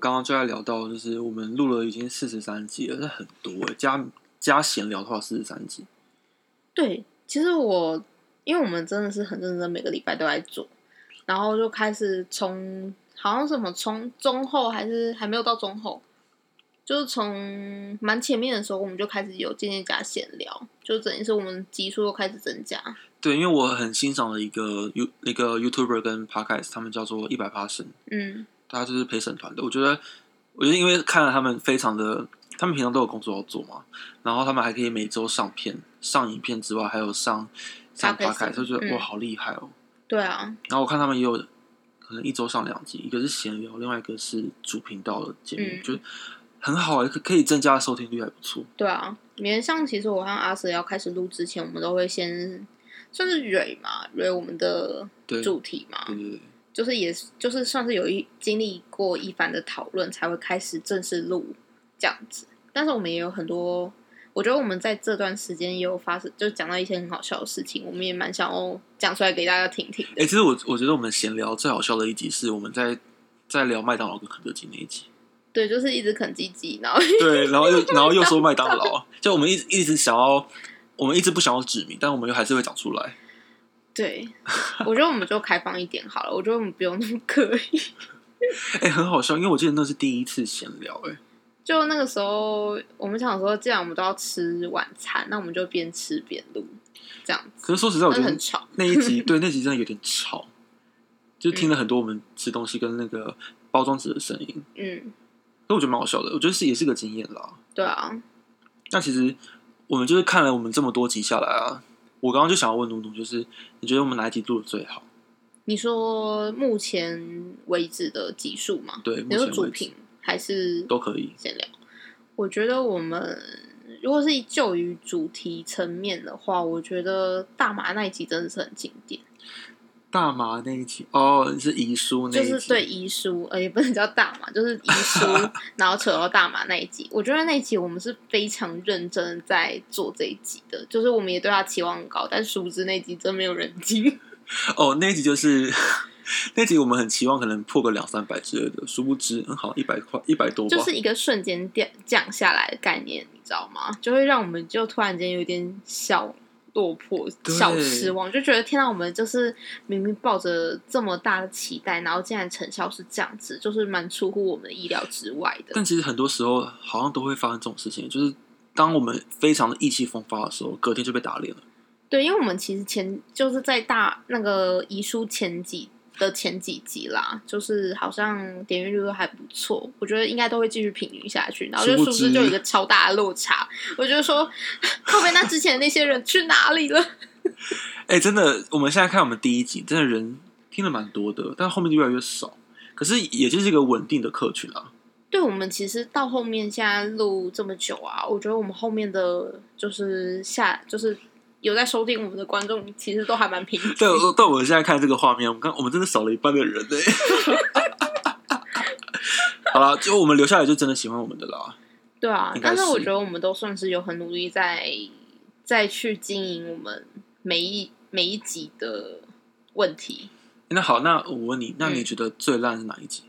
刚最爱聊到，就是我们录了已经四十三集了，这很多哎、加加闲聊的话四十三集。对，其实我因为我们真的是很认真，每个礼拜都在做，然后就开始从好像什么从中后还是还没有到中后，就是从蛮前面的时候，我们就开始有渐渐加闲聊，就等于是我们集数都开始增加。对，因为我很欣赏的一个 You 那个 YouTuber 跟 Podcast，他们叫做一百八神，嗯，他就是陪审团的。我觉得，我觉得因为看了他们非常的，他们平常都有工作要做嘛，然后他们还可以每周上片、上影片之外，还有上上 Podcast， Podcast，就觉得、嗯哇好厉害哦。对啊，然后我看他们也有可能一周上两集，一个是闲聊，另外一个是主频道的节目，嗯就很好、欸，可可以增加收听率，还不错。对啊。原像其实我和阿 Sir 要开始录之前，我们都会先算是蕊嘛，蕊我们的对，对主题嘛，对对，就是也是就是算是有一经历过一番的讨论，才会开始正式录这样子。但是我们也有很多，我觉得我们在这段时间也有发生，就讲到一些很好笑的事情，我们也蛮想要讲出来给大家听听哎、的。其实我我觉得我们闲聊最好笑的一集是我们在在聊麦当劳跟肯德基那一 集。对，就是一直啃鸡鸡，然后 对，然后又然后又说麦当劳，就我们一直一直想要，我们一直不想要指名，但我们又还是会讲出来。对，我觉得我们就开放一点好了，我觉得我们不用那么刻意。哎、很好笑，因为我记得那是第一次闲聊、哎，就那个时候，我们想说，既然我们都要吃晚餐，那我们就边吃边录，这样子，可是说实在，我觉哦真的得很吵。那一 集对那集真的有点吵，就听了很多我们吃东西跟那个包装纸的声音，嗯，所以我觉得蛮好笑的。我觉得是也是个经验啦。对啊，那其实我们就是看了我们这么多集下来啊，我刚刚就想要问努努，就是你觉得我们哪一集做的最好？你说目前为止的集数吗？对，目你说前主为止品还是都可以。闲聊？我觉得我们如果是以就于主题层面的话，我觉得大麻那一集真的是很经典，大麻那一集哦，是遗书那就一集，是对遗书，呃，也不能叫大麻，就是 遗书，然后扯到大麻那一集，我觉得那一集我们是非常认真地在做这一集的，就是我们也对他期望很高，但殊不知那一集真没有人 听。哦，那一集就是 那集我们很期望可能破个两三百之类的，殊不知嗯好一百块一百多吧，就是一个瞬间降降下来的概念，你知道吗？就会让我们就突然间有点小落魄、对小失望，就觉得天啊，我们就是明明抱着这么大的期待，然后竟然成效是这样子，就是蛮出乎我们的意料之外的。但其实很多时候好像都会发生这种事情，就是当我们非常的意气风发的时候，隔天就被打脸了。对，因为我们其实前就是在大那个遗书前几。的前几集啦，就是好像点阅率都还不错，我觉得应该都会继续平均下去。然后就殊不是不知是就有一个超大的落差？我就说，后面那之前那些人去哪里了？ 哎、真的，我们现在看我们第一集，真的人听了蛮多的，但后面就越来越少。可是也就是一个稳定的客群啊，对我们其实到后面现在录这么久啊，我觉得我们后面的就是下就是有在收听我们的观众，其实都还蛮平均。对，我对，我现在看这个画面，我们刚我们真的少了一半的人呢、 好啦，就我们留下来就真的喜欢我们的啦。对啊，应该但是我是觉得我们都算是有很努力在再去经营我们每一每一集的问题。那好，那我问你，那你嗯觉得最烂是哪一集？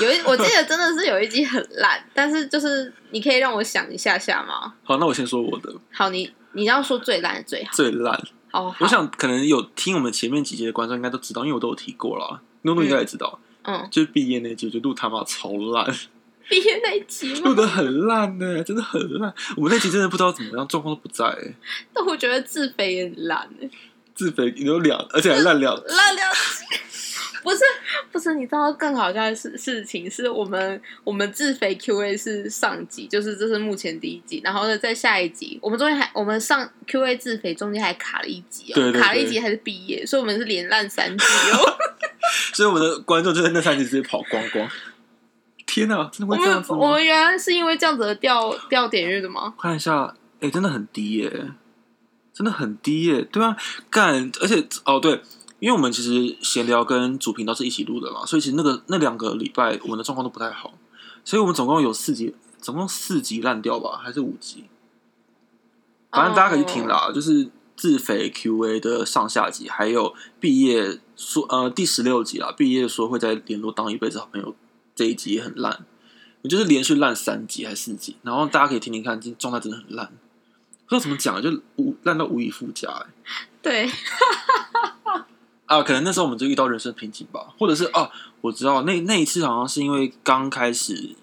有一我记得真的是有一集很烂，但是就是你可以让我想一下下吗？好，那我先说我的好，你你要说最烂的最好，最烂。好好，我想可能有听我们前面几集的观众应该都知道，因为我都有提过啦。诺诺应该也知道，嗯，就是毕业那一集，我觉得录他妈超烂，毕业那一集吗录？的很烂呢、真的很烂。我们那集真的不知道怎么样，状况都不在、欸，但我觉得自肥也很烂、欸。自肥有两，而且还烂两集。烂掉。 不是不是，你知道更好笑的事事情是我们我们自肥 Q&A 是上集，就是这是目前第一集，然后呢在下一集，我们中间还我们上 Q&A 自肥中间还卡了一集哦，对对对卡了一集还是毕业，所以我们是连烂三集 哦。所以我们的观众就在那三集直接跑光光。天哪、真的我会这样们子我吗？们原来是因为这样子的掉掉点阅的吗？看一下，哎、真的很低耶、真的很低耶、对啊，干，而且哦对，因为我们其实闲聊跟主频道是一起录的嘛，所以其实那个那两个礼拜我们的状况都不太好，所以我们总共有四集，总共四集烂掉吧，还是五集？反正大家可以去哦听啦就是自肥 Q&A 的上下集，还有毕业说呃第十六集啦，毕业说会再联络当一辈子好朋友这一集也很烂，你就是连续烂三集还是四集，然后大家可以听听看，这状态真的很烂，不知道怎么讲，啊就无烂到无以复加、欸。对，啊，可能那时候我们就遇到人生瓶颈吧，或者是啊，我知道那那一次好像是因为刚开始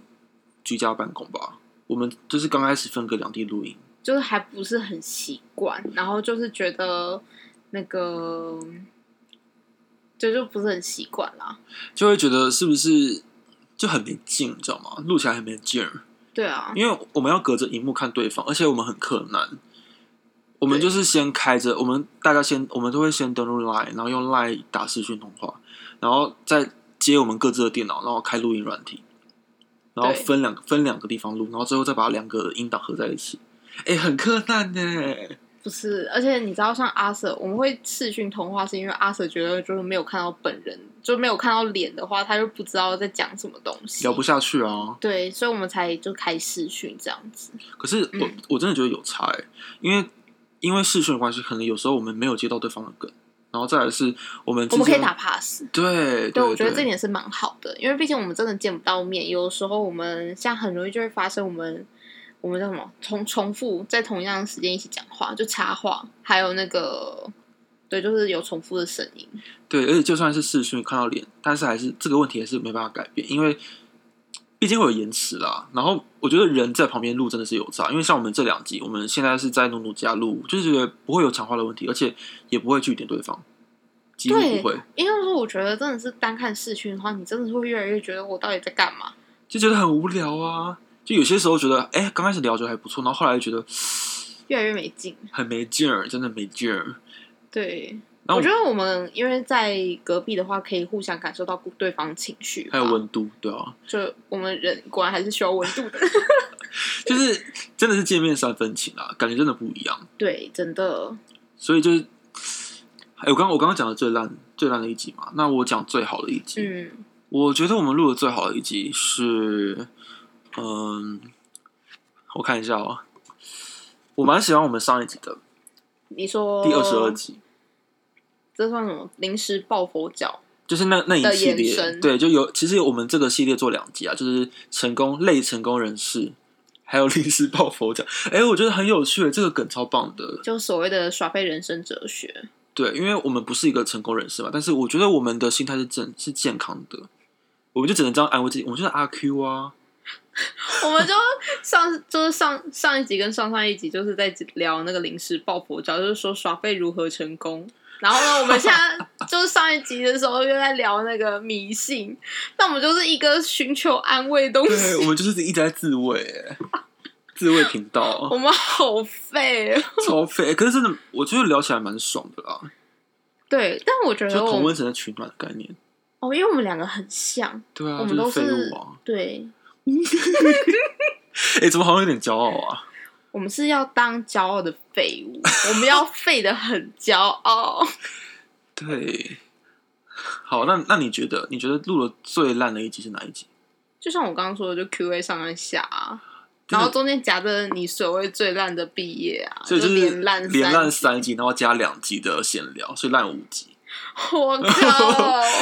居家办公吧，我们就是刚开始分隔两地录音，就是还不是很习惯，然后就是觉得那个就就不是很习惯啦。就会觉得是不是就很没劲，你知道吗？录起来很没劲儿，对啊，因为我们要隔着荧幕看对方，而且我们很困难。我们对就是先开着，我们大家先，我们都会先登录 Line，然后用 Line 打视讯通话，然后再接我们各自的电脑，然后开录音软体，然后对分两分两个地方录，然后最后再把两个音档合在一起。哎、很困难呢、 不是，而且你知道，像阿 Sir，我们会视讯通话，是因为阿 Sir 觉得就是没有看到本人，就没有看到脸的话，他就不知道在讲什么东西聊。不下去啊。对，所以我们才就开视讯这样子。可是我、嗯我真的觉得有差、欸，因为因为视讯的关系，可能有时候我们没有接到对方的梗，然后再来是我们之我们可间以打 pass。对对，我觉得这点是蛮好的，因为毕竟我们真的见不到面，有时候我们像很容易就会发生我们我们叫什么重重复在同样的时间一起讲话，就插话，还有那个对，就是有重复的声音。对，而且就算是视讯看到脸，但是还是这个问题还是没办法改变，因为毕竟会有延迟啦。然后我觉得人在旁边录真的是有差，因为像我们这两集，我们现在是在努努家录，就是觉得不会有强化的问题，而且也不会去点对方，几乎对不会，因为说我觉得真的是单看视讯的话，你真的会越来越觉得我到底在干嘛？就觉得很无聊啊。就有些时候觉得，哎，刚开始聊觉得还不错，然后后来就觉得越来越没劲。很没劲儿，真的没劲儿。对，然后我觉得我们因为在隔壁的话，可以互相感受到对方情绪吧，还有温度，对啊，就我们人果然还是需要温度的。 就是真的是见面三分情啊，感觉真的不一样。对，真的。所以就是，哎、我刚我刚刚讲的最烂最烂的一集嘛，那我讲最好的一集。嗯，我觉得我们录的最好的一集是，嗯，我看一下哦，我蛮喜欢我们上一集的你说第二十二，集，这算什么临时抱佛脚？就是那那一系的延列，伸对，就有其实我们这个系列做两集啊，就是成功类成功人士。还有临时抱佛脚，哎、我觉得很有趣，这个梗超棒的。就所谓的耍废人生哲学。对，因为我们不是一个成功人士嘛，但是我觉得我们的心态是正是健康的，我们就只能这样安慰自己，我们就是阿 Q 啊， 我们就上就是上上一集跟上上一集就是在聊那个临时抱佛脚，就是说耍废如何成功。然后呢，我们现在就是上一集的时候又在聊那个迷信，那我们就是一个寻求安慰的东对，我西。们就是一直在自慰、哎自慰频 我道们好废哦，超废、哎可是真的，我觉得聊起来蛮爽的啦，对，但我觉就得我同温们层的取暖的概念，哦，因为我们两个很像，对啊，我就们都废是物啊，对，哎、怎么好像有点骄傲啊？我们是要当骄傲的废物，我们要 废的很骄傲。对，好，那那你觉得你觉得录的最烂的一集是哪一集？就像我刚刚说的，就 Q A 上跟下、啊，真然的后中间夹着你所谓最烂的毕业啊，所以就是连烂三连烂三集，然后加两集的闲聊，所以烂五集。我 靠！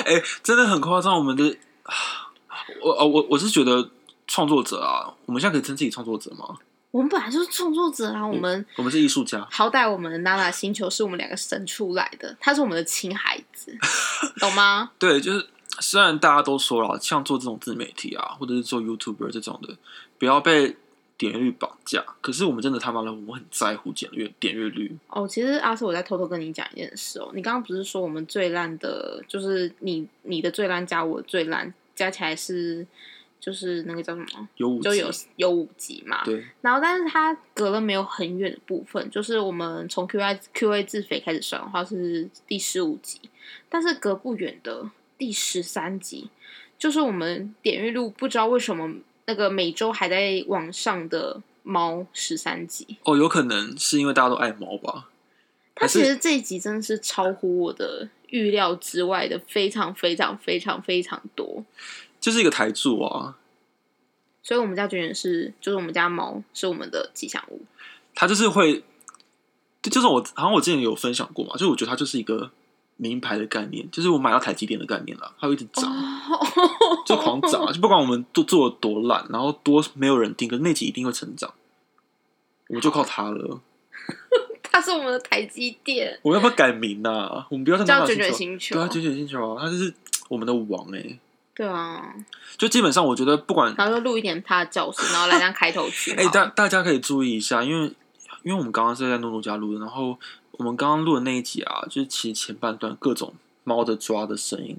哎、真的很夸张。我们的，啊我哦我我是觉得创作者啊，我们现在可以称自己创作者吗？我们本来就是创作者啊，我们我们是艺术家，好歹我们的娜娜星球是我们两个生出来的，他是我们的亲孩子，懂吗？对，就是虽然大家都说了，像做这种自媒体啊，或者是做 YouTuber 这种的，不要被点阅率绑架。可是我们真的他妈的，我们很在乎点阅点阅率。哦，其实阿瑟，我在偷偷跟你讲一件事哦。你刚刚不是说我们最烂的，就是你你的最烂加我的最烂，加起来是就是那个叫什么，有五集就有有五集嘛。对然后，但是它隔了没有很远的部分，就是我们从 Q I Q A 自肥开始算的话是第十五集，但是隔不远的第十三集，就是我们点阅率不知道为什么那个每周还在往上的猫十三集。哦，有可能是因为大家都爱猫吧？他还是其实这一集真的是超乎我的预料之外的，非常非常非常非常多。就是一个台柱啊，所以我们家卷卷是，就是我们家猫是我们的吉祥物。他就是会，就就是我好像我之前有分享过嘛，就我觉得他就是一个名牌的概念，就是我买到台积电的概念啦，它会一直涨，哦，就狂涨啊，就不管我们都做的多烂，然后多没有人听，可是那集一定会成长，我们就靠它了。 它是我们的台积电，我们要不要改名啊？我们不要像叫妈妈卷卷星星球对啊，，卷卷星球啊，它就是我们的王哎、对啊，就基本上我觉得不管然后就录一点它的叫声，然后来当开头曲。 哎、大大家可以注意一下，因为因为我们刚刚是在诺诺家录的，然后我们刚刚录的那一集啊，就是其实前半段各种猫的抓的声音，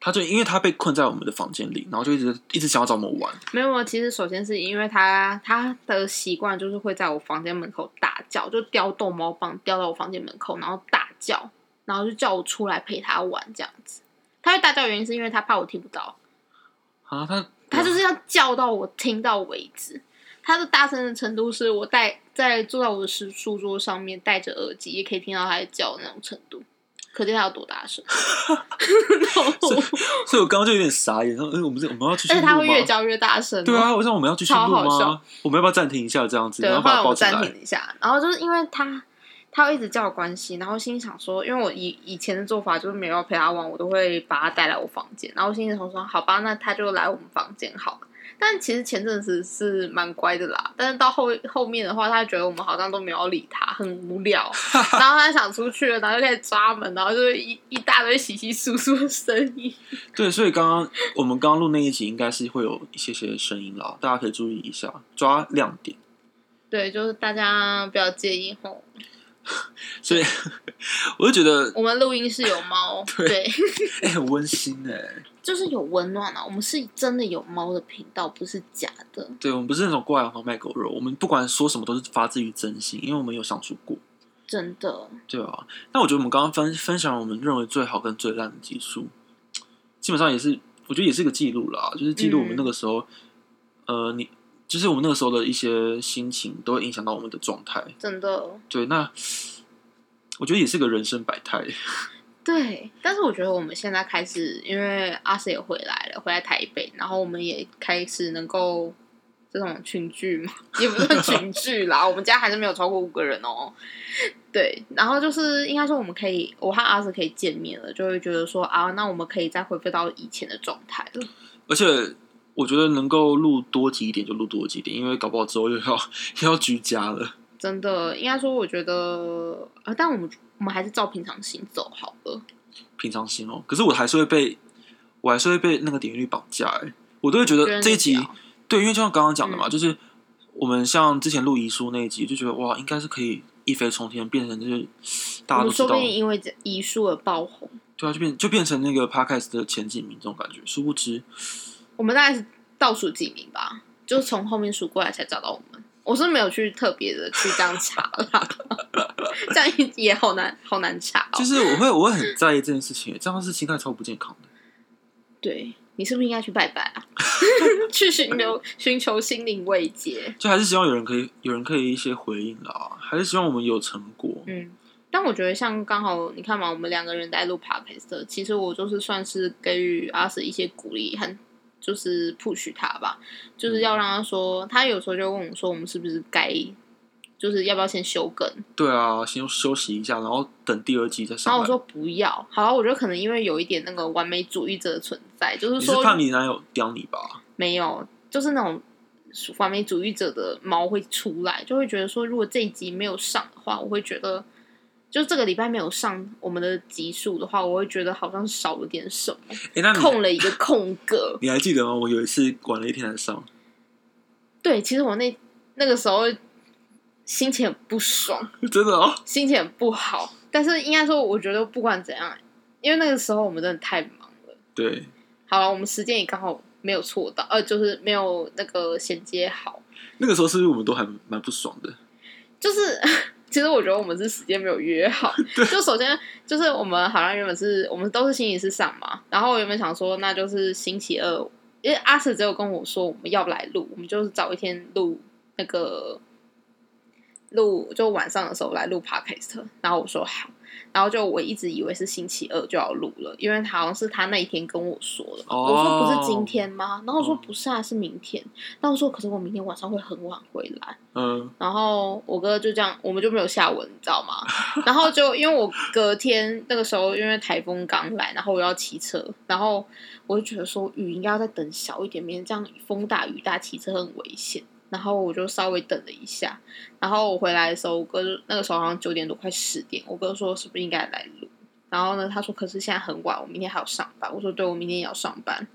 它就因为它被困在我们的房间里，然后就一直一直想要找我们玩，没有，啊其实首先是因为他他的习惯就是会在我房间门口大叫，就叼逗猫棒叼到我房间门口，然后大叫，然后就叫我出来陪他玩这样子。他会大叫的原因是因为他怕我听不到，啊，它他就是要叫到我听到为止。他的大声的程度是我戴在坐在我的书书桌上面戴着耳机也可以听到他在叫的那种程度，可见他有多 大声。然后所以我刚刚就有点傻眼，然后、嗯我们这我们要去而训且录他会越吗？叫越大声哦。对啊，我想我们要去训录超好吗笑？我们要不要暂停一下这样子，对，然后后把来它我抱起暂来？停一下，然后就是因为他他会一直叫我关心，然后心里想说，因为我以以前的做法就是没有陪他玩，我都会把他带来我房间，然后我心里想说，好吧，那他就来我们房间好了。但其实前阵子是蛮乖的啦，但是到后后面的话，他觉得我们好像都没有理他，很无聊， 然后他想出去了，然后就开始抓门，然后就是一一大堆稀稀疏疏的声音。对，所以刚刚我们刚刚录那一集应该是会有一些些声音啦，大家可以注意一下，抓亮点。对，就是大家不要介意吼，所以 我就觉得我们录音室有猫，对。哎、很温馨哎、就是有温暖啊，我们是真的有猫的频道，不是假的。对，我们不是那种挂羊头卖狗肉，我们不管说什么都是发自于真心，因为我们有相处过，真的，对啊。那我觉得我们刚刚分分享我们认为最好跟最烂的技术，基本上也是，我觉得也是一个记录啦，就是记录我们嗯那个时候，呃，你就是我们那个时候的一些心情，都会影响到我们的状态。真的，对，那我觉得也是个人生百态。对。但是我觉得我们现在开始，因为阿 s 也回来了，回来台北，然后我们也开始能够这种群聚嘛，也不算 群聚啦，我们家还是没有超过五个人哦。对，然后就是应该说我们可以，我和阿 s 可以见面了，就会觉得说啊，那我们可以再恢复到以前的状态了。而且我觉得能够录多集一点就录多集一点，因为搞不好之后又要 又要居家了。真的，应该说我觉得啊，但我们我们还是照平常心走好了。平常心哦，可是我还是会被，我还是会被那个点阅率绑架哎、我都会觉觉得得这一你集屌对，因为就像刚刚讲的嘛，嗯就是我们像之前录遗书那一集，就觉得哇，应该是可以一飞冲天，变成就是大家都我们知说不道定，因为这遗书而爆红。对啊，就变就变成那个 podcast 的前几名这种感觉。殊不知，我们大概是倒数几名吧，就是从后面数过来才找到我们。我是没有去特别的去这样查啦， 这样也好难好难查、哦。就是我会我会很在意这件事情，欸这样是心态超不健康的。对你是不是应该去拜拜啊？ 去寻求寻求心灵慰藉。就还是希望有人可以有人可以一些回应啦，还是希望我们有成果。嗯，但我觉得像刚好你看嘛，我们两个人在录 podcast，其实我就是算是给予阿 s 一些鼓励和就是 push 他吧，就嗯是要让他说，他有时候就问我说，我们是不是该就是要不要先休更？对啊，先休息一下，然后等第二季再然上后来。我说不要，好啊了，我觉得可能因为有一点那个完美主义者的存在，就是你是说怕你男友刁你吧？没有，就是那种完美主义者的毛会出来，就会觉得说，如果这一集没有上的话，我会觉得，就这个礼拜没有上我们的集数的话，我会觉得好像少了点什么，哎、那你空了一个空格。你还记得吗？我有一次晚了一天才上，对，其实我那那个时候心情很不爽， 真的哦。心情很不好，但是应该说，我觉得不管怎样，因为那个时候我们真的太忙了。对，好了，我们时间也刚好没有错到，呃，就是没有那个衔接好。那个时候是不是我们都还蛮不爽的？就是 其实我觉得我们是时间没有约好，就首先就是我们好像原本是我们都是星期四上嘛，然后我原本想说那就是星期二，因为阿史只有跟我说我们要来录，我们就是找一天录那个录就晚上的时候来录 podcast，然后我说好，然后就我一直以为是星期二就要录了，因为好像是他那一天跟我说的。哦我说不是今天吗？然后我说嗯不是啊，是明天。但我说可是我明天晚上会很晚回来。嗯然后我哥就这样，我们就没有下文，你知道吗？然后就因为我隔天那个时候，因为台风刚来，然后我要骑车，然后我就觉得说雨应该要再等小一点，免得这样风大雨大骑车很危险。然后我就稍微等了一下，然后我回来的时候，我哥就那个时候好像九点多快十点，我哥说是不是应该来录？然后呢，他说可是现在很晚，我明天还要上班。我说对，我明天也要上班。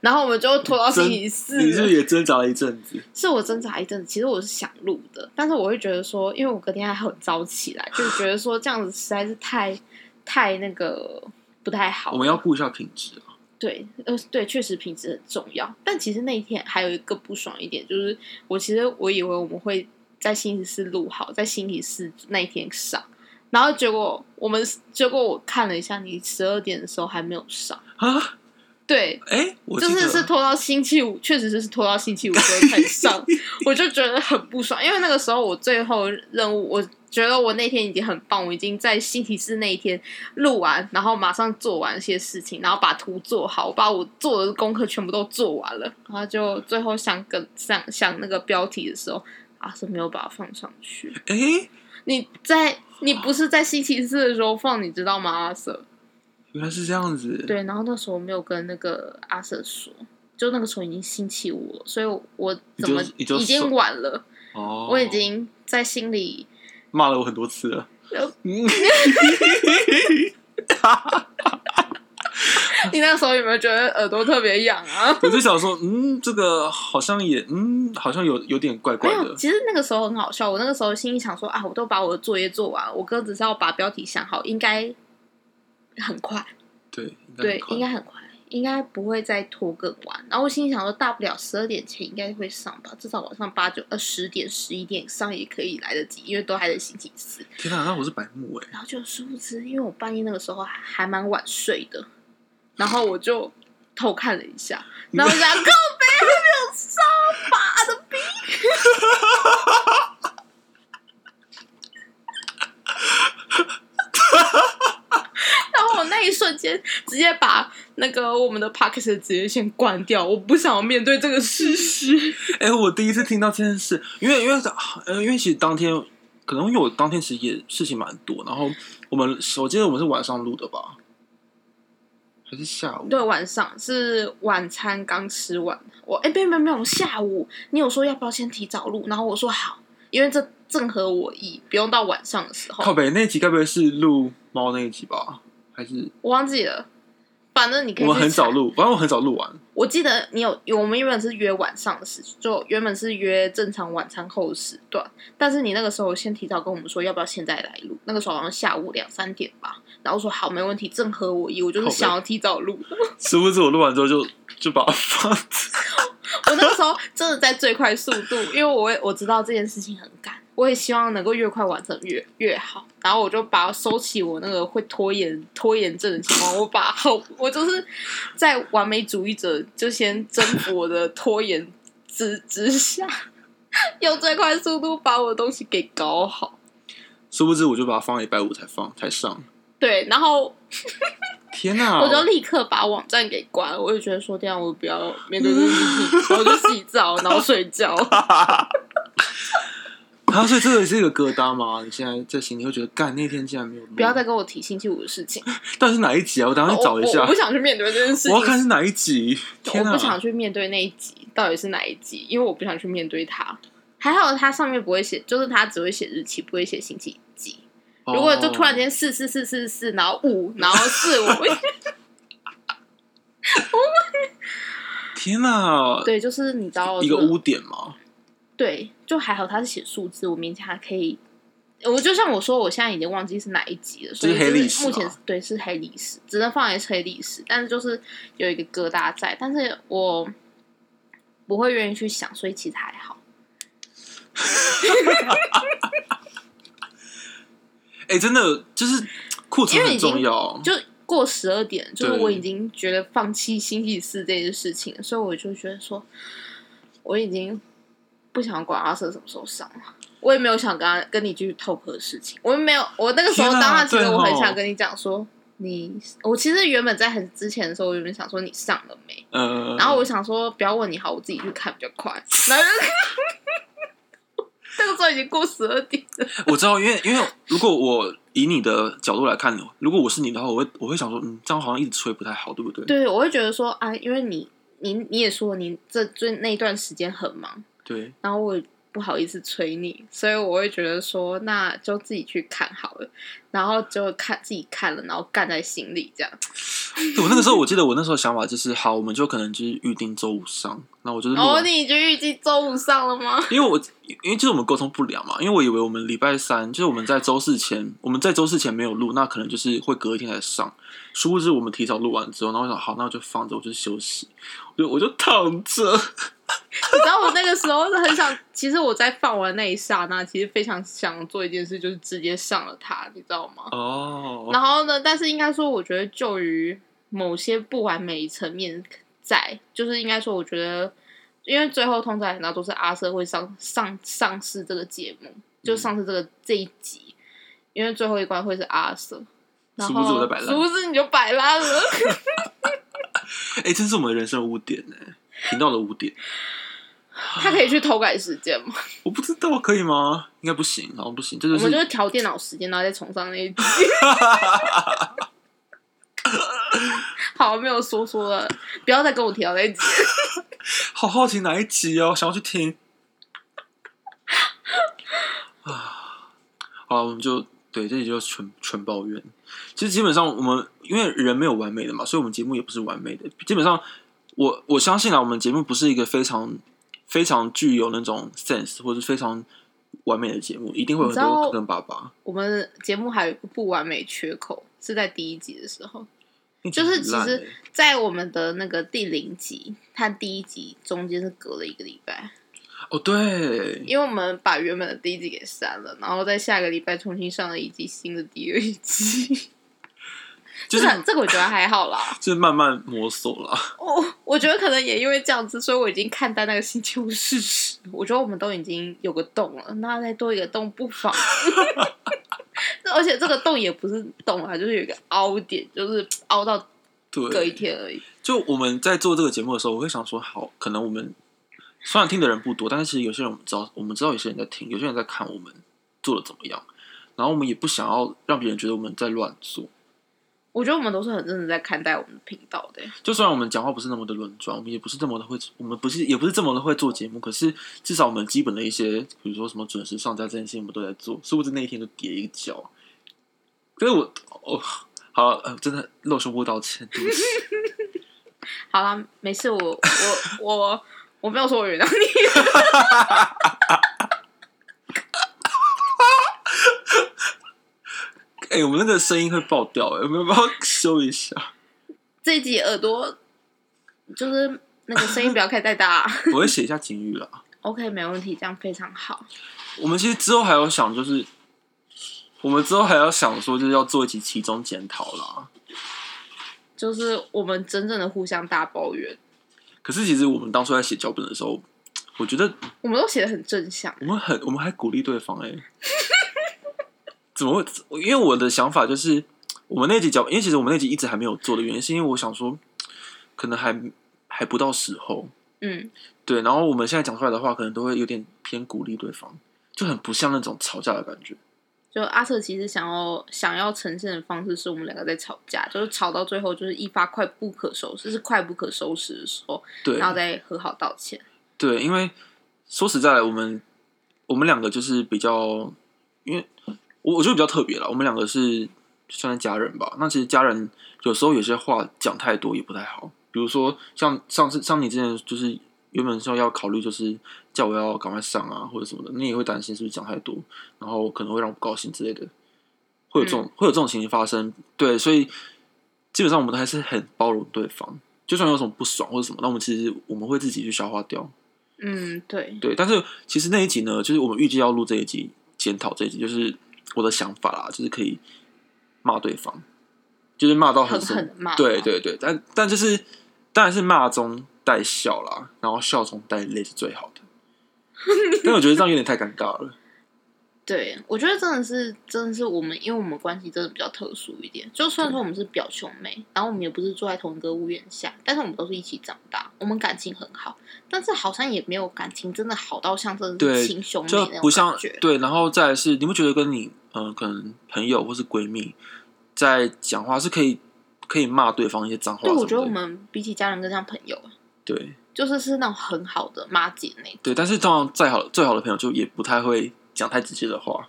然后我们就拖到星期四了。你是不是也挣扎了一阵子？是我挣扎一阵子，其实我是想录的，但是我会觉得说，因为我隔天还很早起来，就觉得说这样子实在是太太那个不太好。我们要顾一下品质啊。对，呃，对，确实品质很重要。但其实那一天还有一个不爽一点，就是我其实我以为我们会在星期四录好，在星期四那一天上，然后结果我们结果我看了一下，你十二点的时候还没有上，啊，对，哎，我就记是得是拖到星期五，确实是拖到星期五之后 才上，我就觉得很不爽，因为那个时候我最后任务，我觉得我那天已经很棒，我已经在星期四那一天录完，然后马上做完一些事情，然后把图做好，我把我做的功课全部都做完了，然后就最后想跟想想那个标题的时候啊是没有把它放上去，哎，你在你不是在星期四的时候放，你知道吗，阿 Sir？原来是这样子。，对，然后那时候我没有跟那个阿 Sir 说，就那个时候已经星期五了，所以我我你怎就么你就已经说晚了，哦，我已经在心里骂了我很多次了。 嗯你那时候有没有觉得耳朵特别痒啊？我就想说，嗯，这个好像也，嗯，好像有有点 怪没怪有，的。其实那个时候很好笑。我那个时候心里想说啊，我都把我的作业做完了，我哥只是要把标题想好，应该很快，对，对，应应该该很快很快，应该不会再拖更晚。然后我心里想说，大不了十二点前应该会上吧，至少晚上八九呃十点十一点上也可以来得及，因为都还在星期四。天哪，那我是白目哎。然后就殊不知，因为我半夜那个时候还还蛮晚睡的，然后我就偷看了一下，然后我就想靠北还没有上，妈的逼！然后我那一瞬间直接把那个我们的 p o c k e t 直接先关掉，我不想要面对这个事实。哎、我第一次听到这件事，因为因为呃，因为其实当天可能因为我当天其实也事情蛮多，然后我们我记得我们是晚上录的吧，还是下午？对，晚上是晚餐刚吃完，我哎、没有没有没有，我下午你有说要不要先提早录，然后我说好，因为这正合我意，不用到晚上的时靠候，北那一集该不会是录猫那一集吧？还是我忘记了，反正你可我以们去很早查，录？反正我很早录完。我记得你有有我们原本是约晚上的时，就原本是约正常晚餐后的时段，但是你那个时候先提早跟我们说要不要现在来录，那个时候好像下午两三点吧，然后我说好没问题，正合我意，我就是靠北想要提早录。殊不知我录完之后就就把它放。我那个时候真的在最快速度，因为我也我知道这件事情很赶，我也希望能够越快完成越越好。然后我就把收起我那个会拖延拖延症的情况，我把后我就是在完美主义者就先征服我的拖延之之下，用最快速度把我的东西给搞好。殊不知我就把它放到礼拜五才放才上。对，然后天哪、我就立刻把网站给关了，我就觉得说这样我不要面对这个事情，然后就洗澡，然后睡觉。啊，所以这个是一个疙瘩吗？你现在在心里会觉得，干那天竟然没有录，不要再跟我提星期五的事情。到底是哪一集啊？我等下去找一我我下我不，想去面对这件事情。我要看是哪一集。天我哪、不想去面对那一集到底是哪一集，因为我不想去面对它。还好它上面不会写，就是它只会写日期，不会写星期几。如果就突然间四四四四四，然后五，然后四五，哦，天哪、 对，就是你知道一个这污点嘛。对，就还好它是写数字，我勉强还可以。我就像我说，我现在已经忘记是哪一集了，所以就是黑就历是史啊目嘛前是对是黑历史，只能放在黑历史，但是就是有一个疙瘩在，但是我不会愿意去想，所以其实还好。哎、真的就是库存因为很已经重要。就过十二点，就是对我已经觉得放弃星期四这件事情了，所以我就觉得说，我已经不想管阿瑟什么时候上啊，我也没有想跟他跟你继续 talk 的事情，我也没有，我那个时候天啊当下其实对哦我很想跟你讲说，你我其实原本在很之前的时候，我原本想说你上了没，呃，然后我想说不要问你好，我自己去看比较快，然后就。那个时候已经过十二点了，我知道，因为因为如果我以你的角度来看，如果我是你的话，我会我会想说，嗯，这样好像一直催不太好，对不对？对，我会觉得说啊，因为你你你也说你这最那一段时间很忙，对，然后我也不好意思催你，所以我会觉得说，那就自己去看好了，然后就看自己看了，然后干在心里这样。对我那个时候，我记得我那时候想法就是，好，我们就可能就是预定周五上，那我就是录哦，完，你已经预计周五上了吗？ 因为我因为就是我们沟通不了嘛，因为我以为我们礼拜三就是我们在周四前，我们在周四前没有录，那可能就是会隔一天才上，殊不知我们提早录完之后，然后我想好，那我就放着，我就休息，我就我就躺着，你知道我那个时候是很想，其实我在放完那一刹那，其实非常想做一件事，就是直接上了它，你知道吗？哦，然后呢，但是应该说，我觉得就于某些不完美层面在，就是应该说，我觉得，因为最后通常很大都是阿瑟会上上上市这个节目，嗯就上市这个这一集，因为最后一关会是阿瑟。然殊后不知我在摆烂殊不知你就摆烂 了。哎、这是我们的人生污点呢、频道的污点。他可以去偷改时间吗？我不知道可以吗？应该不行，好像不行，这就我是们就是调电脑时间，然后再重上那 一集。好，没有说说了，不要再跟我提到那一集。好好奇哪一集哦，想要去 听。啊，好了，我们就对这里就纯纯抱怨。其实基本上我们因为人没有完美的嘛，所以我们节目也不是完美的。基本上我我相信啊，我们节目不是一个非常非常具有那种 sense 或者非常完美的节目，一定会有很你知道多坑坑巴巴。我们节目还有一个不完美缺口，是在第一集的时候，就那是集其很烂实欸，在我们的那个第零集和第一集中间是隔了一个礼拜，哦对，因为我们把原本的第一集给删了，然后在下个礼拜重新上了一集新的第二集。 就这个是这个我觉得还好啦，就是慢慢摸索了。我哦我觉得可能也因为这样子，所以我已经看淡那个星期五事实。我觉得我们都已经有个洞了，那再多一个洞不妨。 而且这个洞也不是洞啊，就是有一个凹点，就是凹到对，隔一天而已。就我们在做这个节目的时候，我会想说，好，可能我们虽然听的人不多，但是其实有些人我们知道，我们知道有些人在听，有些人在看我们做的怎么样，然后我们也不想要让别人觉得我们在乱做。我觉得我们都是很认真在看待我们的频道的。就虽然我们讲话不是那么的轮转，我们也不是这么的会，我们不是也不是这么的会做节目，可是至少我们基本的一些，比如说什么准时上架这件事情，我们都在做，殊不知那一天就跌一跤。可是我哦，好了、呃，真的露胸部道歉，对不起。 好啦，没事，我我我我没有说我原谅你， 哎、我们那个声音会爆掉、哎，我们要不要 修一下？这一集耳朵就是那个声音不要开太大。啊我会写一下警语啦。 OK，没问题，这样非常好。我们其实之后还有想，就是我们之后还要想说，就是要做一期期中检讨啦。就是我们真正的互相大抱怨，可是其实我们当初在写脚本的时候，我觉得我们都写的很正向。我们很，我们还鼓励对方哎、怎么会？因为我的想法就是，我们那集脚，因为其实我们那集一直还没有做的原因，是因为我想说，可能还还不到时候。嗯，对，然后我们现在讲出来的话，可能都会有点偏鼓励对方，就很不像那种吵架的感觉。就阿瑟其实想要想要呈现的方式是我们两个在吵架，就是吵到最后就是一发快不可收拾，是快不可收拾的时候，对，然后再和好道歉。对，因为说实在的，我们我们两个就是比较，因为我我觉得比较特别了。我们两个是算是家人吧。那其实家人有时候有些话讲太多也不太好。比如说像上次像你之前就是原本说要考虑就是叫我要赶快上啊或者什么的，你也会担心是不是讲太多，然后可能会让我不高兴之类的，会有这种、会有这种情形发生。对，所以基本上我们都还是很包容对方。就算有什么不爽或者什么，那我们其实我们会自己去消化掉。嗯，对，对，但是其实那一集呢，就是我们预计要录这一集检讨这一集，就是我的想法啦，就是可以骂对方，就是骂到很狠生，狠的骂。对，对对，但但 就是当然是骂中带笑啦，然后笑中带泪是最好的。但我觉得这样有点太尴尬了。对，我觉得真的是，真的是我们，因为我们关系真的比较特殊一点。就虽然说我们是表兄妹，然后我们也不是住在同一个屋檐下，但是我们都是一起长大，我们感情很好，但是好像也没有感情真的好到像真的对是亲兄妹就那不种像感觉。对，然后再来是，你不觉得跟你嗯、呃可能朋友或是闺蜜在讲话是可以可以骂对方一些脏话什对，么的？我觉得我们比起家人更像朋友，啊对就是是那种很好的妈姐那种。对，但是通常再好最好的朋友就也不太会讲太直接的话。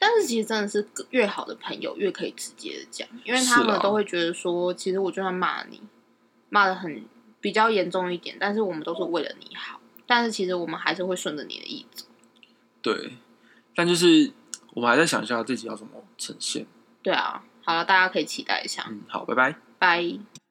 但是其实真的是越好的朋友越可以直接的讲，因为他是啊们都会觉得说，其实我就算骂你，骂的很比较严重一点，但是我们都是为了你好。但是其实我们还是会顺着你的意走。对，但就是我们还在想一下自己要怎么呈现。对啊，好了，大家可以期待一下，嗯，好，拜拜。拜。